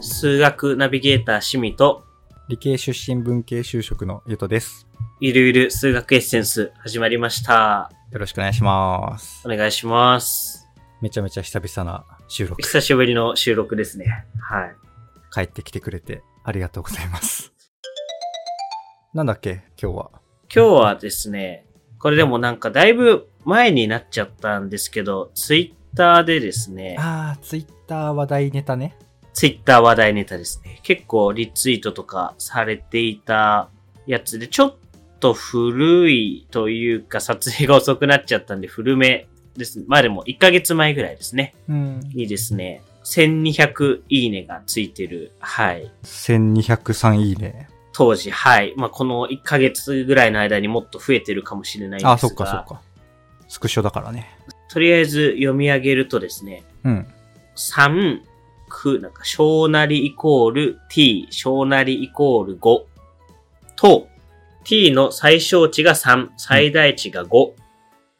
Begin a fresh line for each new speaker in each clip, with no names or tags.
数学ナビゲーター趣味と、
理系出身文系就職のゆとです。
ゆるゆる数学エッセンス始まりました。
よろしくお願いします。
お願いします。
めちゃめちゃ久々な収録、
久しぶりの収録ですね。はい。
帰ってきてくれてありがとうございます。なんだっけ今日は。
今日はですね、これでもなんかだいぶ前になっちゃったんですけど、ツイッターでですね、
あー、ツイッター話題ネタね。
ツイッター話題ネタですね。結構リツイートとかされていたやつで、ちょっと古いというか、撮影が遅くなっちゃったんで、古めです。まあでも1ヶ月前ぐらいですね。
うん。
にですね、1200いいねがついてる、はい。
1203いいね。
当時、はい。まあこの1ヶ月ぐらいの間にもっと増えてるかもしれないんですが、
あ、そっかそっか。スクショだからね。
とりあえず読み上げるとですね、
うん。
3、9、なんか、小なりイコール t、小なりイコール5と、t の最小値が3、最大値が5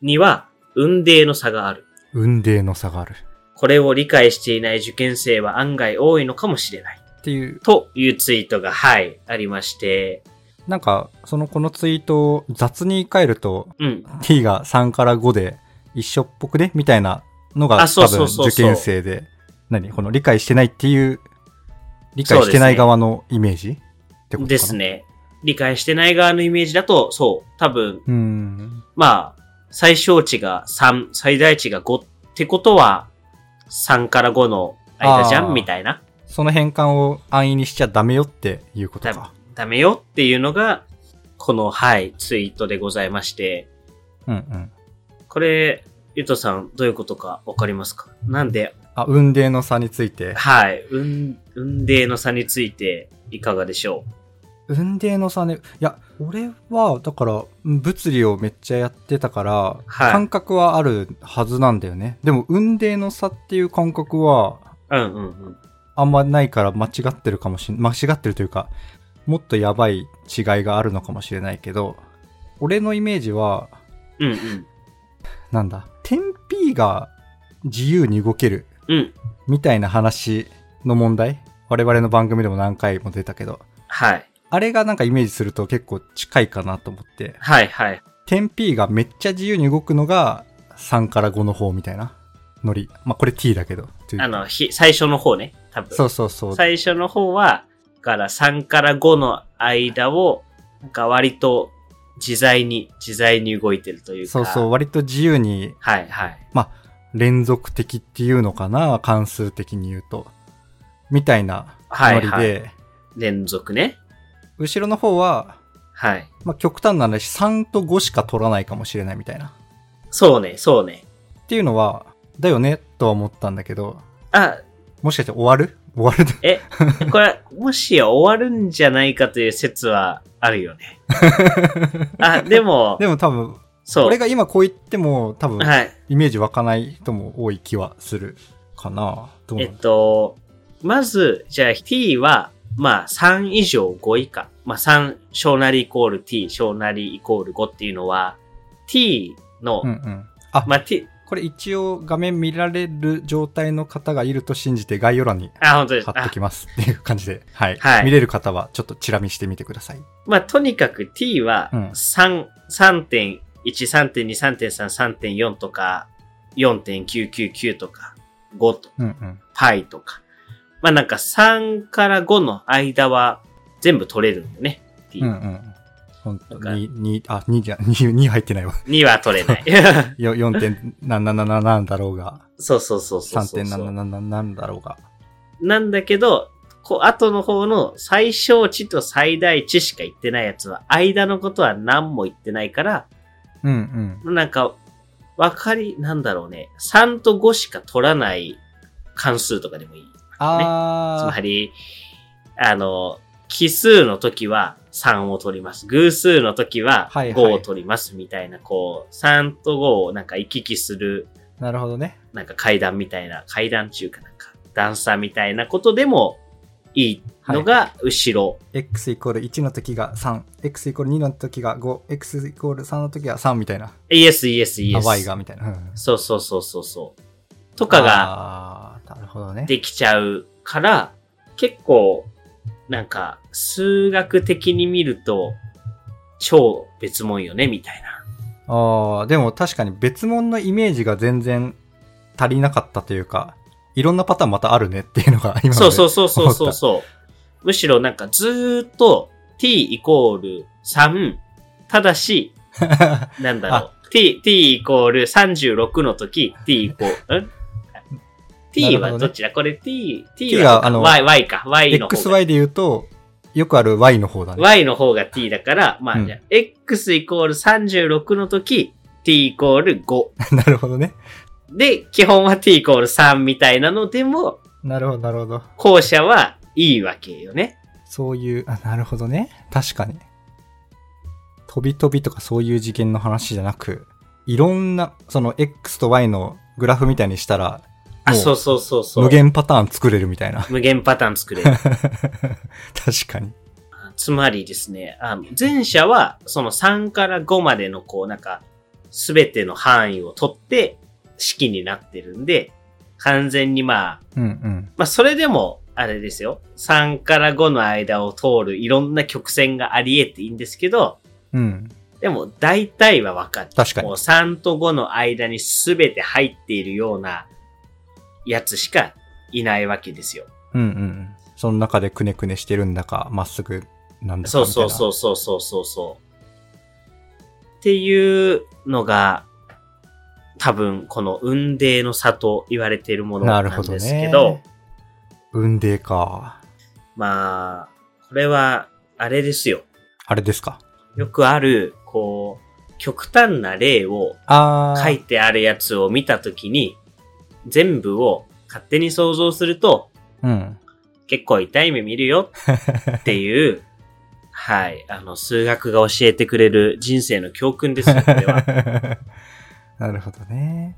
には、運泥の差がある。
運命の差がある。
これを理解していない受験生は案外多いのかもしれない。
っていう、
というツイートが、はい、ありまして、
なんか、その、このツイートを雑に変えると、
うん。
t が3から5で一緒っぽくねみたいなのが
あそう
多
そ
分
うそうそう
受験生で、何この理解してないっていう、理解してない側のイメージってことかな
です。ね。理解してない側のイメージだと、そう、多分、
うん。
まあ、最小値が3、最大値が5ってことは、3から5の間じゃ
あー
んみたいな。
その変換を安易にしちゃダメよっていうこと
ダ
か。
ダメよっていうのが、この、はい、ツイートでございまして。
うんうん。
これ、ゆとさん、どういうことかわかりますかなんで、
あ、運命の差について。
はい、うん、運命の差について、いかがでしょ
運命の差ね。いや、俺は、だから、うん物理をめっちゃやってたから、
はい
感覚はあるはずなんだよね。でも、運命の差っていう感覚は、
ううんうんうん。
あんまないから間違ってるかもしん、間違ってるというか、もっとやばい違いがあるのかもしれないけど、俺のイメージは、
うんうん。
なんだ、点 P が自由に動ける、
うん。
みたいな話の問題我々の番組でも何回も出たけど、
はい。
あれがなんかイメージすると結構近いかなと思って、
はいはい。
点 P がめっちゃ自由に動くのが3から5の方みたいなノリ。まあ、これ T だけど。という
あの、ひ、最初の方ね、多分。
そうそうそう。
最初の方は、だから3から5の間を、なんか割と自在に、自在に動いてるというか。
そうそう、。割と自由に
はいはい。
連続的っていうのかな関数的に言うと。みたいな
はい
ノリ
はい
で、
連続ね。
後ろの方は、
はい。
まあ、極端な話、3と5しか取らないかもしれないみたいな。
そうね、そうね。
っていうのは、だよねとは思ったんだけど、
あ、
もしかして終わる終わる
え、これ、もしや終わるんじゃないかという説はあるよ ね。あ、でも、
でも多分、
そう。
俺が今こう言っても多分、
はい。
イメージ湧かない人も多い気はするかな。どう
え
な
っ
んだ
と、まず、じゃあ t は、まあ3以上5以下。まあ3小なりイコール t 小なりイコール5っていうのは、t の、
うんうん。あ、
まあ t、
これ一応画面見られる状態の方がいると信じて概要欄に
あ、本当です。
貼っ
あ
ときますっていう感じで、はい。
はい
見れる方はちょっとチラ見してみてください。
まあとにかく t は
うん
3、3.1、3.2、3.3、3.4とか、4.999とか、5と、
うんうん。
π とか。まあなんか3から5の間は全部取れるんだよね。t
うんうん。ほん
な
と、
んか
2、にあ、2じゃ、2、2入ってないわ。
には取れ ない。
よ4.777だろうが、
そうそうそうそうそうそう。
3.777だろうが。
なんだけど、こう、後の方の最小値と最大値しか言ってないやつは、間のことは何も言ってないから、
うんうん。
なんか、わかり、なんだろうね。3と5しか取らない関数とかでもいい。つ
あ
まり、あの、奇数の時は3を取ります。偶数の時は
はい
5
はい
を取ります。みたいな、こう、3と5をなんか行き来する
ー、なるほどね。
なんか階段みたいな、階段中かなんか、段差みたいなことでもいいのが後ろ。
x イコール1の時が3、x イコール2の時が5、x イコール3の時が3みたいな。
イエスイエスイエス。
あ y がみたいな。うん
そうそうそうそうそう。とかが
が。なるほどね。
できちゃうから、結構、なんか、数学的に見ると、超別物よね、みたいな。
ああ、でも確かに別物のイメージが全然足りなかったというか、いろんなパターンまたあるねっていうのが今まで
そうそうそうそうそうそう。むしろなんかずーっと t イコール3、ただ し、なんだろう。t, t イコール36の時、t イコール、ん t はどっちだこれ t、t は
T はあの
y, y か。y の方が。
XY で言うと、よくある Y の方だね。
y の方が t だから、ま
う
あ
ん
じゃあ、x イコール36の時、t イコール5。
なるほどね。
で、基本は t イコール3みたいなのでも、
なるほど、なるほど。
後者はいいわけよね。
そういう、あ、なるほどね。確かに。飛び飛びとかそういう事件の話じゃなく、いろんな、その X と Y のグラフみたいにしたら、
あ、
もう
そうそうそうそう。
無限パターン作れるみたいな。
無限パターン作れる。
確かに。
つまりですね、あの前者はその3から5までのこうなんか全ての範囲を取って式になってるんで、完全にまあ、
うんうん。
まあそれでもあれですよ、3から5の間を通るいろんな曲線があり得ていいんですけど、
うん。
でも大体は分かる。
確かに
もう。3と5の間に全て入っているようなやつしかいないわけですよ。
うんうん。その中でくねくねしてるんだか、まっすぐなんだかみたいな。
そうそうそうそうそうそうそう。っていうのが、多分この雲泥の差と言われているもの
な
な
るほ
ん
ど
で
ね。
すけど、
運泥か。
まあ、これは、あれですよ。
あれですか。
よくある、こう、極端な例を
あー。
書いてあるやつを見たときに、全部を勝手に想像すると、
うん。
結構痛い目見る よっていう、はい、あの、数学が教えてくれる人生の教訓ですよ、これは。
なるほどね。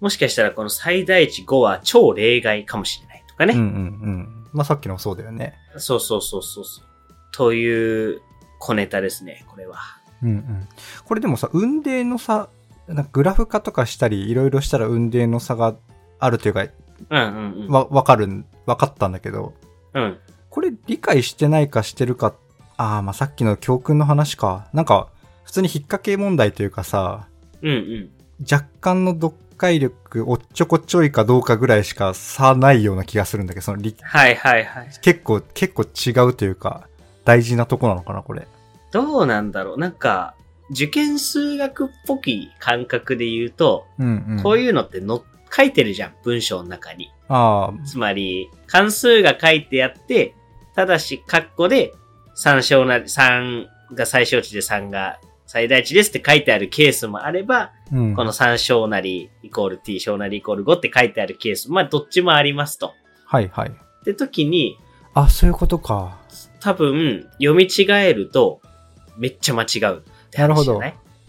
もしかしたらこの最大値5は超例外かもしれないとか
うんうん
ね。
うん。まあ、さっきのもそうだよね。
そうそうそうそうそう。という小ネタですね、これは。
うんうん。これでもさ、運泥の差、なんかグラフ化とかしたり、いろいろしたら運泥の差があるというか、
うんうんうん。
わ、わかるん、わかったんだけど、
うん。
これ理解してないかしてるか、ああ、まあ、さっきの教訓の話か。なんか、普通に引っ掛け問題というかさ、
うんうん。
若干の読解力、おっちょこちょいかどうかぐらいしか差ないような気がするんだけど、その理、
はいはいはい。
結構、結構違うというか、大事なとこなのかな、これ。
どうなんだろうなんか、受験数学っぽき感覚で言うと、
うんうん。
こういうのっての書いてるじゃん、文章の中に。
ああ、
つまり、関数が書いてあって、ただし、括弧で、3小な、3が最小値で3が最大値ですって書いてあるケースもあれば、
うん。
この3小なりイコール t 小なりイコール5って書いてあるケース、まあどっちもありますと。
はいはい。
って時に、
あ、そういうことか。
多分読み違えるとめっちゃ間違うって話じゃない。
なるほど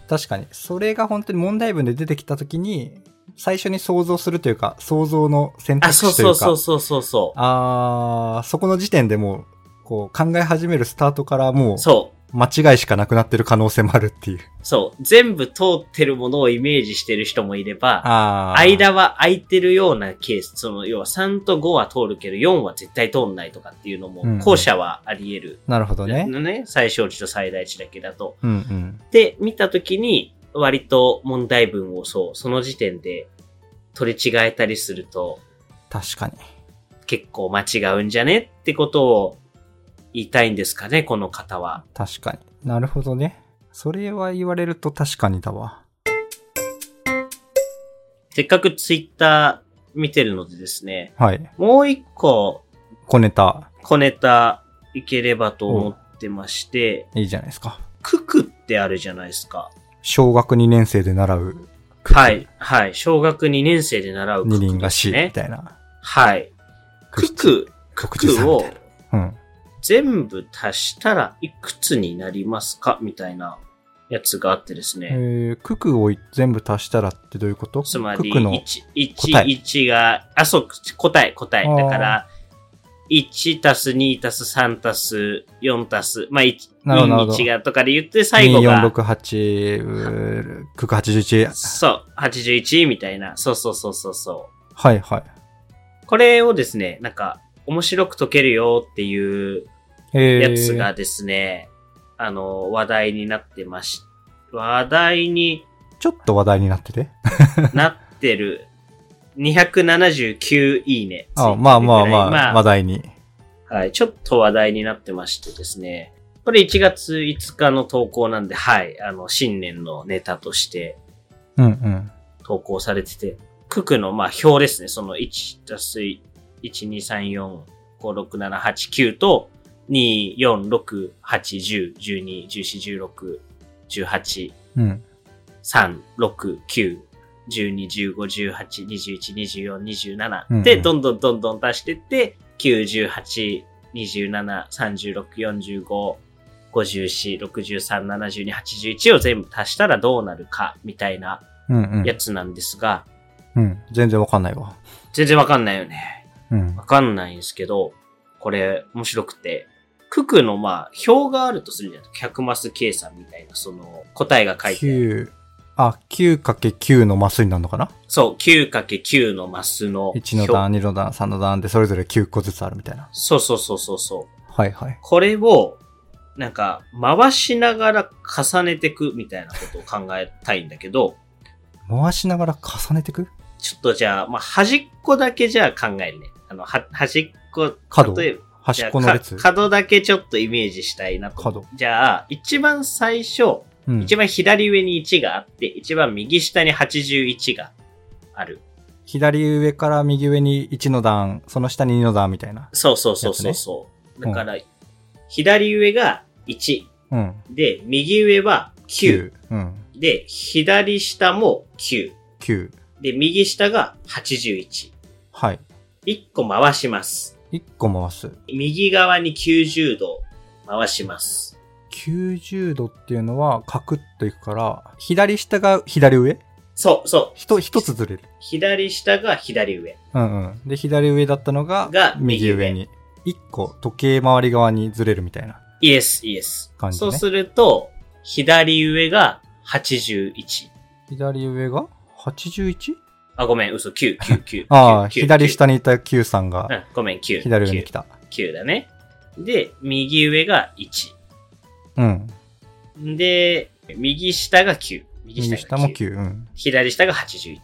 確かに。それが本当に問題文で出てきたときに、最初に想像するというか、想像の選
あ、
択
そう
肢という
そ
か。
うそうそうそうそ
あーそこの時点でもう、こう、考え始めるスタートからも、
う。そう
間違いしかなくなってる可能性もあるっていう。
う。そう。全部通ってるものをイメージしてる人もいれば、
あー。
間は空いてるようなケース、その要は3と5は通るけど4は絶対通んないとかっていうの
うんう
も
ん、
後者はあり得る。
なるほどね。
ね。最小値と最大値だけだと。
うんうん。
で、見たときに、割と問題文をそう、その時点で取り違えたりすると、
確かに。
結構間違うんじゃねってことを言いたいんですかね、この方は。
確かに。なるほどね。それは言われると確かにだわ。
せっかくツイッター見てるのでですね、
はい。
もう一個
小ネタ、
小ネタいければと思ってまして、
いいじゃないですか。
ククってあるじゃないですか。
小学2年生で習う、
はい、はい。小学2年生で習うク
二
クです、ね。
輪がし、みたいな。
はい。クク、ク
告知さ
ク
れ
を
てるうん。
全部足したらいくつになりますかみたいなやつがあってですね。
えー、ククを全部足したらってどういうこと
つまり、
ククの。
1、1、
答え
1が、あ、そう、答え、答え。
あー
だから、1たす2たす3たす4たす、まあ、1、
なるほどなるほど
2、1がとかで言って、最後が、
2468、うークク81。
そう、81みたいな、そうそうそうそうそう。
はいはい。
これをですね、なんか、面白く解けるよっていう
えー、
やつがですね、あの、話題になってまし、話題に
ちょっと話題になってて。
なってる279いいね。
あまあまあまあ、
まあ
話題に。
はい、ちょっと話題になってましてですね。これ1月5日の投稿なんで、はい、あの、新年のネタとして
うんうん。
投稿されてて、九九の、まあ、表ですね。その1たす1、2、3、4、5、6、7、8、9と、2、4、6、8、10、12、14、16、18、
うん。
3、6、9、12、15、18、21、24、27、
うんうん
で、どんどんどんどん足してって、9、18、27、36、45、54、63、72、81を全部足したらどうなるか、みたいな
うんうん。
やつなんですが、
うん。全然わかんないわ。
全然わかんないよね。
うん
わ。かんないんですけど、これ面白くて、九九のまあ、表があるとするじゃないですか。100マス計算みたいな、その答えが書いてある
9、あ、9×9 のマスになるのかな
そう、9×9 のマスの
?1 の段、2の段、3の段でそれぞれ9個ずつあるみたいな。
そうそうそうそうそう。
はいはい。
これを、なんか、回しながら重ねてくみたいなことを考えたいんだけど、
回しながら重ねてく
ちょっとじゃあ、まあ、端っこだけじゃあ考えるね。あの、は、端っこ、
角
例えば
端っこの
じゃ
列
あか角だけちょっとイメージしたいなと。
角。
じゃあ、一番最初、
うん
一。番左上に1があって、一番右下に81がある。
左上から右上に1の段、その下に2の段みたいな。
そうそうそうそうそう。だから、左上が1。
うん。
で、右上は9。。
うん。
で、左下も9。
9。
で、右下が81。
はい。
1個回します。
1個回す。
右側に90度回します。
90度っていうのはカクッといくから、左下が左上
そうそう。
ひと、一つずれる。
左下が左上。
うんうん。で、左上だったのが、
が
右上に。一個、時計回り側にずれるみたいな。
イエス、イエス。
感じね
そうすると、左上が81。
左上が 81?
あ、ごめん、嘘、9、9、9。
ああ、
9 9
左下にいた Q さん
う
が、
ん、ごめん、9。
左上に来た。
9。9だね。で、右上が1。
うん。
で、右下が9。右下
右下
が
も
9。
9。うん。
左下が81。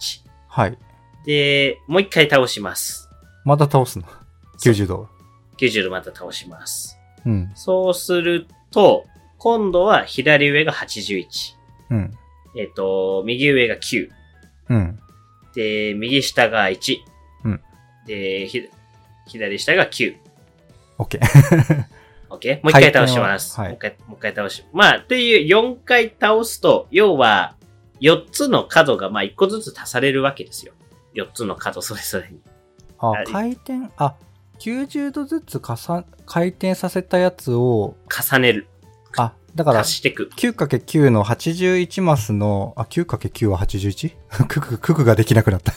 はい。
で、もう一回倒します。
また倒すの。90度。
90度また倒します。
うん。
そうすると、今度は左上が81。
うん。
えっ、と、右上が9。
うん。
で、右下が1。
うん
で、ひ左下が9。
OK。
OK? もう一回倒します。
回
もう一
転
回、もう一回倒し。まあ、っていう4回倒すと、要は、4つの角が、まあ、1個ずつ足されるわけですよ。4つの角それぞれに。
あ
はい、
回転、あ、90度ずつ加算回転させたやつを、
重ねる。
あ、だから、
足していく。
9×9 の81マスの、あ、9×9 は 81? クク、ククができなくなった。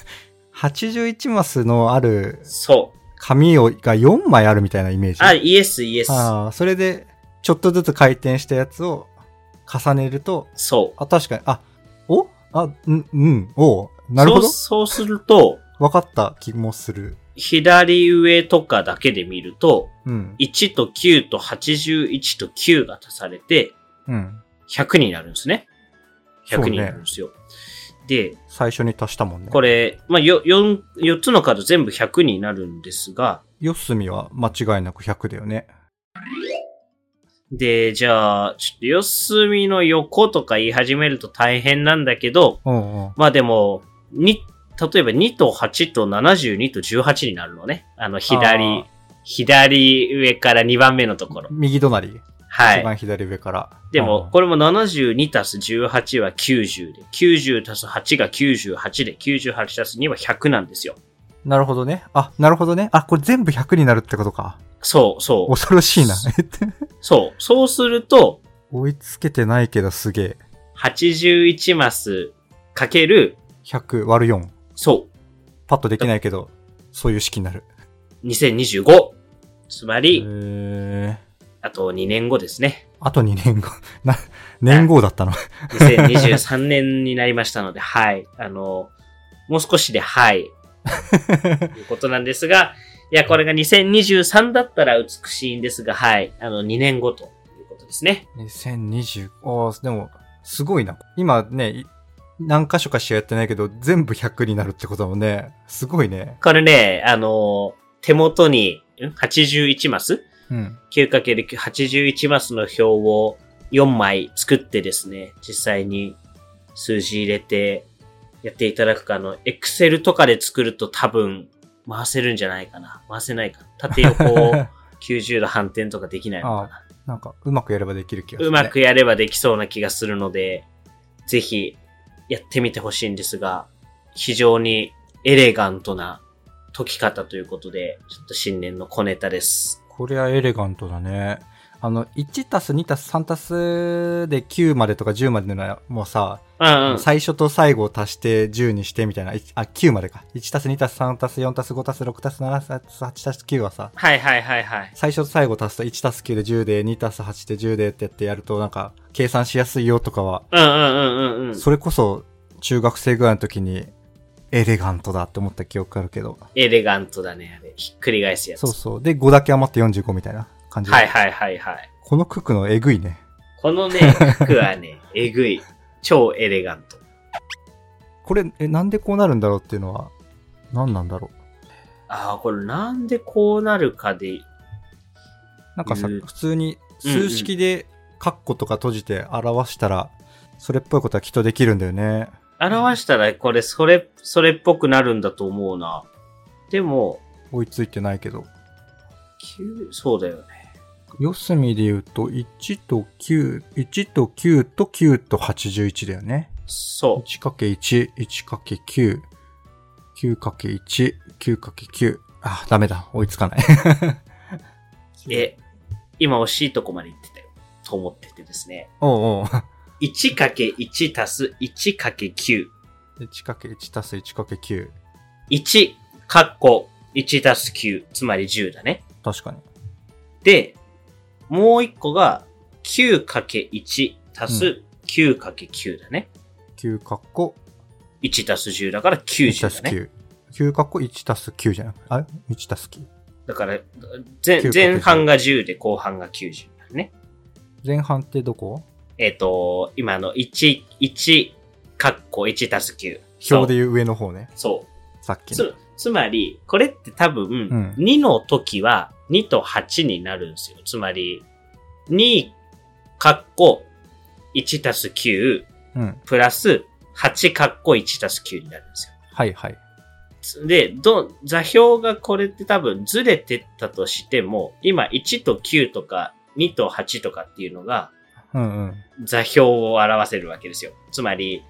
81マスのある
そう。
紙をが4枚あるみたいなイメージ。
あ、イエス、イエス。
あーそれで、ちょっとずつ回転したやつを重ねると、
そう。
あ、確かに、あ、おあ、うん、うん、おうなるほど
そうそうすると、
分かった気もする。
左上とかだけで見ると、
うん。
1と9と81と9が足されて、
うん。
100になるんですね。
そう
100
ね
になるんですよ。で、
最初に足したもんね。
これ、まあ、よ、4、4つのカード全部100になるんですが、
四隅は間違いなく100だよね。
で、じゃあ、ちょっと四隅の横とか言い始めると大変なんだけど、
うんうん。
まあでも、に、例えば2と8と72と18になるのね。あの、
あ
左
ー、
左上から2番目のところ。
右隣。
は
一
い。
番左上から。
で
う
も、
ん
これも72たす18は90で、90たす8が98で、98たす2は100なんですよ。
なるほどね。あ、なるほどね。あ、これ全部100になるってことか。
そう、そう、
恐ろしいな。
そう。そうすると、
追いつけてないけどすげえ。
81マスかける、
100割る4。
そ
パッとできないけど、そういう式になる。
う、2025。つま
へ
り、
ー
あと2年後ですね。
あと2年後。 な、年号だったの。
2023年になりましたので、はい。あの、もう少しで、はい。ということなんですが、いや、これが2023だったら美しいんですが、はい。あの、2年後ということですね。
2020、ああ、でも、すごいな。今ね、い何箇所かしかやってないけど、全部100になるってことだもんね。すごいね。
これね、あの、手元に、ん ?81 マス
うん。
9×981 マスの表を4枚作ってですね、実際に数字入れてやっていただくか、あの、Excel とかで作ると多分回せるんじゃないかな。回せないか。縦横 を90度反転とかできないのかな。
なんか、うまくやればできる気がす
う
る、ね。
まくやればできそうな気がするので、ぜひやってみてほしいんですが、非常にエレガントな解き方ということで、ちょっと新年の小ネタです。
これはエレガントだね。あの、1たす2たす3たすで9までとか10までのはもうさ、
うんうん。
最初と最後を足して10にしてみたいな、いあ、9までか。1たす2たす3たす4たす5たす6たす7たす8たす9はさ、
はいはいはいはい。
最初と最後足すと1たす9で10で2たす8で10でってやってやるとなんか計算しやすいよとかは、
うんうんうんうんうん。
それこそ中学生ぐらいの時にエレガントだって思った記憶あるけど。
エレガントだね、あれ。ひっくり返すやつ。
そうそう。で、5だけ余って45みたいな感じ。
はいはいはいはい。
このクックのえぐいね。
このね、 服はね、えぐい。超エレガント。
これ、え、なんでこうなるんだろうっていうのは、何なんだろう。
ああ、これなんでこうなるかで、
なんかさ、
うん
普通に数式でカッコとか閉じて表したら、それっぽいことはきっとできるんだよね。
表したらこれ、それ、それっぽくなるんだと思うな。でも、
追いついてないけど。
急そうだよね。
四隅で言うと、1と9、1と9と9と81だよね。
そ
1×1、1×9、9×1、9×9。あ、ダメだ。追いつかない。
う。え、今惜しいとこまで行ってたよ。と思っててですね。
おうおう。
1×1 たす 1×9。
1×1 たす 1×9。
1、かっこ、1たす9。つまり10だね。
確かに。
で、もう一個が 9×1 足
う
す 9×9 だね。
9カッコ
1足す10だから
1た
90
す
だね。
9。9かっこ1たす9じゃなくて、あれ ?1 たす9。
だから、前
9×10
前半が10で後半が90だね。
前半ってどこ
えっ、と、今の1、1、かっこ1足す9。
表でいう上の方ね。
そう。
さっきの。
つ、つまり、これって多分、
うん
2の時は2と8になるんですよ。つまり、2、かっこ1足す9、
うん。
プラス8かっこ1たす9になるんですよ。
はいはい。
で、ど、座標がこれって多分ずれてったとしても、今1と9とか2と8とかっていうのが
うんうん。
座標を表せるわけですよ。つまり、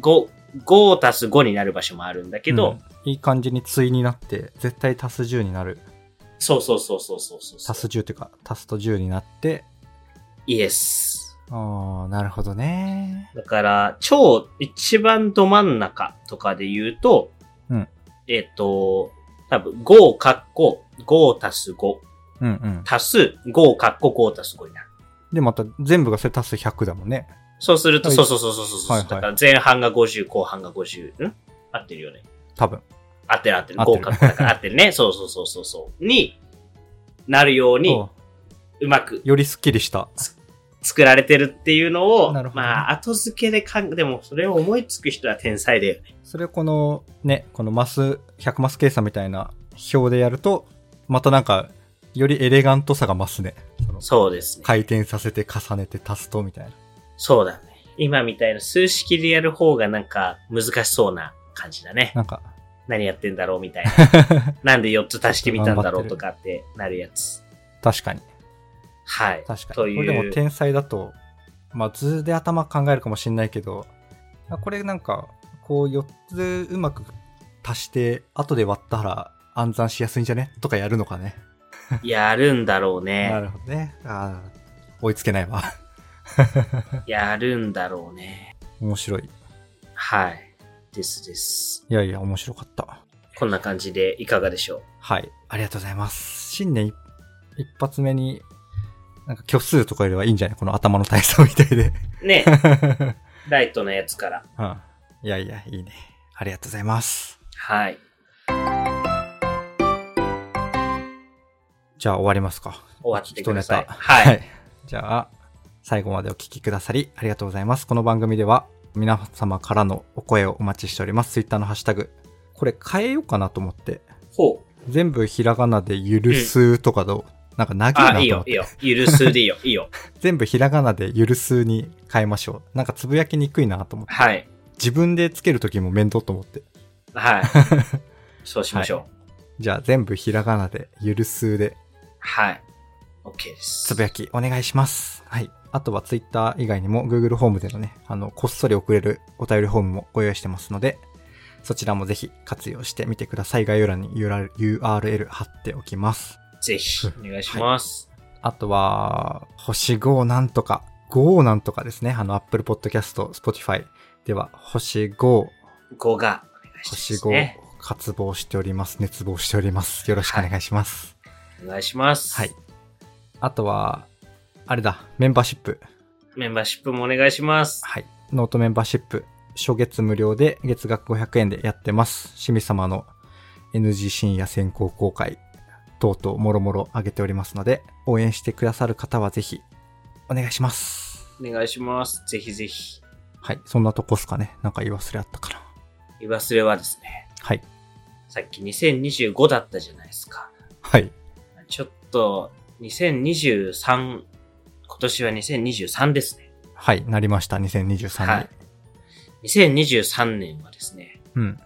5、5たす5になる場所もあるんだけど、
うん、いい感じに対になって、絶対足す10になる。
そうそうそうそうそうそうそう。
足す10っていうか、足すと10になって、
イエス。
ああなるほどね。
だから、超一番ど真ん中とかで言うと、
うん
えっと、多分5かっこ5たす5。
うんうん。
足す5かっこ5足す5になる。
で、また全部がそれ足す100だもんね。
そうすると、
はい
そうそうそうそうそうそう、
はいはい
だから前半が50、後半が50。ん合ってるよね。
多分。
合ってる合ってる。
合って
合
る
格だから合ってる ね。そうそうそうそうそう。になるように
おう、
うまく
よりスッキリした。
作られてるっていうのを、
なるほどね
まあ、後付けでかん、でもそれを思いつく人は天才だよね。
それをこのね、このマス、100マス計算みたいな表でやると、またなんか、よりエレガントさが増すね。その
そうですね。
回転させて重ねて足すとみたいな。
そうだね。今みたいな数式でやる方がなんか難しそうな感じだね。
なんか、
何やってんだろうみたいな。 なんで4つ足してみたんだろうとかってなるやつ。
確かに。
はい。
確か
と
に。
いう
これでも天才だと、まあ図で頭考えるかもしれないけど、あこれなんか、こう4つうまく足して、後で割ったら暗算しやすいんじゃねとかやるのかね。
やるんだろう
な
ね。
るほどね。ああ、追いつけないわ。
やるんだろうね。
面白い。
はい。ですです。
いやいや、面白かった。
こんな感じでいかがでしょう
はい。ありがとうございます。新年一一発目に、なんか虚数とかよりはいいんじゃないこの頭の体操みたいで。
ねライトなやつから。
うん。いやいや、いいね。ありがとうございます。
はい。
じゃあ終わりますか。
終わってください。
一ネタ
はい。
じゃあ、最後までお聞きくださりありがとうございます。この番組では皆様からのお声をお待ちしております。ツイッターのハッシュタグ。これ変えようかなと思って。
ほう。
全部ひらがなでゆるすとかどう、なんか長い
あ、
ない
い
と思
よ
っ、て。
いいよ。許すでいいよ、いいよ。
全部ひらがなでゆるすに変えましょう。なんかつぶやきにくいなと思って。
はい。
自分でつけるときも面倒と思って。
はい。そうしましょう。
じゃあ全部ひらがなでゆるすで
はい。OK です。
つぶやきお願いします。はい。あとはツイッター以外にも Google ホームでのね、あの、こっそり送れるお便りホームもご用意してますので、そちらもぜひ活用してみてください。概要欄に URL URL 貼っておきます。
ぜひ、お願いします。
あとは、星5なんとか、5なんとかですね。あの、Apple Podcast、Spotify では、星5、
5がお願いします、
星5
ね。、
渇望しております。熱望しております。よろしくお願いします。
お願いします。
はい。あとは、あれだ、メンバーシップ。
メンバーシップもお願いします。
はい。ノートメンバーシップ、初月無料で月額500円でやってます。清水様の NG 深夜先行公開、等々もろもろ上げておりますので、応援してくださる方はぜひ、お願いします。
お願いします。ぜひぜひ。
はい。そんなとこっすかね。なんか言い忘れあったかな。
言い忘れはですね、
はい。
さっき2025だったじゃないですか。
はい。
ちょっと、2023、今年は2023ですね。
はい。なりました。2023年。
はい2023年はですね、
うん。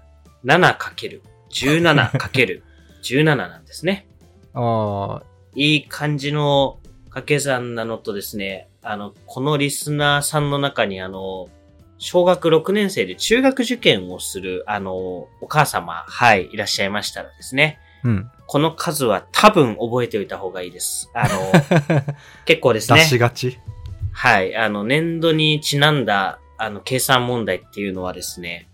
7×17×17 なんですね。
ああ、
いい感じの掛け算なのとですね、あの、このリスナーさんの中にあの、小学6年生で中学受験をする、あの、お母様、はい、いらっしゃいましたらですね、
うん。
この数は多分覚えておいた方がいいです。あ の、結構です
出
ね。
しがち、
はい。あの、年度にちなんだ、あの、計算問題っていうのはですね、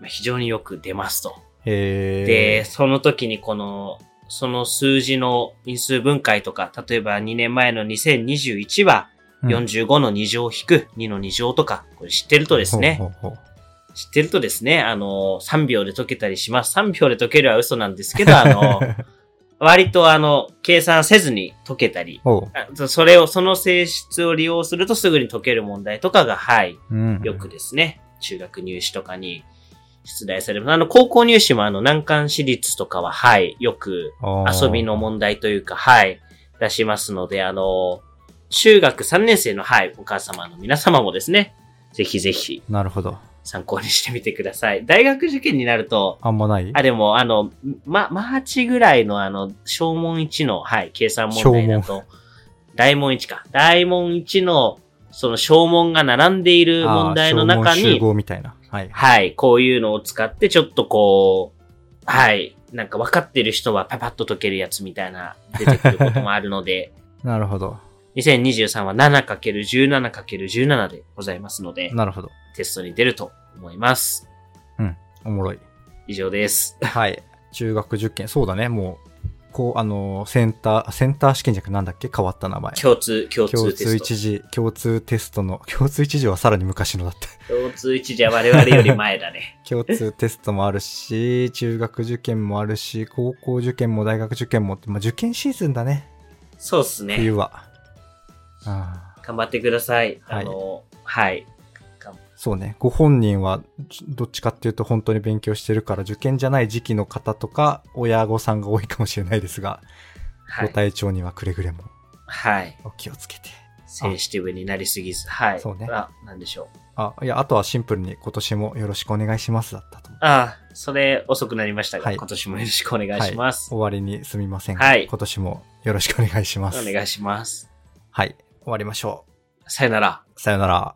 まあ非常によく出ますと。
えー、
で、その時にこの、その数字の因数分解とか、例えば2年前の2021は
うん、
45の2乗引く2の2乗とか、これ知ってるとですね
ほ、うほうほう
知ってるとですね、あの、3秒で解けたりします。3秒で解けるは嘘なんですけど、あ の、割とあの、計算せずに解けたり、
ほう。
あそれを、その性質を利用するとすぐに解ける問題とかが、はい、
うん。
よく。ですね、中学入試とかに出題されます。あの、高校入試もあの、難関私立とかは、はい、よく遊びの問題というか、はい、出しますので、あの、中学3年生の、はい、お母様の皆様もですね、ぜひぜひ
なるほど。
参考にしてみてください。大学受験になると、
あんまない
あ、でも、あの、ま、マーチぐらいの、あの、小問1の、はい、計算問題だと、大問1か。大問1の、その小問が並んでいる問題の中
あー小問集
に、
合みたいな。はい。
はい、こういうのを使って、ちょっとこう、はい、なんか分かってる人はパパッと解けるやつみたいな、出てくることもあるの で、
なるほど。
2023は 7×17×17 でございますので、
なるほど。
テストに出ると思います。
おもろい。
以上です。
はい。中学受験。そうだね。もう、こう、あの、センター、センター試験じゃなくてなんだっけ変わった名前。
共通、共
共
通テ
通
スト
一。次、共通テストの、 共通一次はさらに昔のだって。
共通一じゃ我々より前だね。
共通テストもあるし、中学受験もあるし、高校受験も大学受験もって、まあ、受験シーズンだね。
そうっす
冬
ね。
は。ああ。
頑張ってください。
は
あ
い
の、はい。
そうね。ご本人は、ちどっちかっていうと本当に勉強してるから、受験じゃない時期の方とか、親御さんが多いかもしれないですが、
は
ご
い。
体調にはくれぐれも
はい。
お気をつけて。
センシティブになりすぎず。はい。
そうね
あ、なんでしょう。
あ、いや、あとはシンプルに今年もよろしくお願いしますだったと思う。
ああ、それ遅くなりましたが、
はい
今年もよろしくお願いします。
終わりにすみませんが、
はい
今年もよろしくお願いします。
お願いします。
はい。終わりましょ
さよなら。
う。さよなら。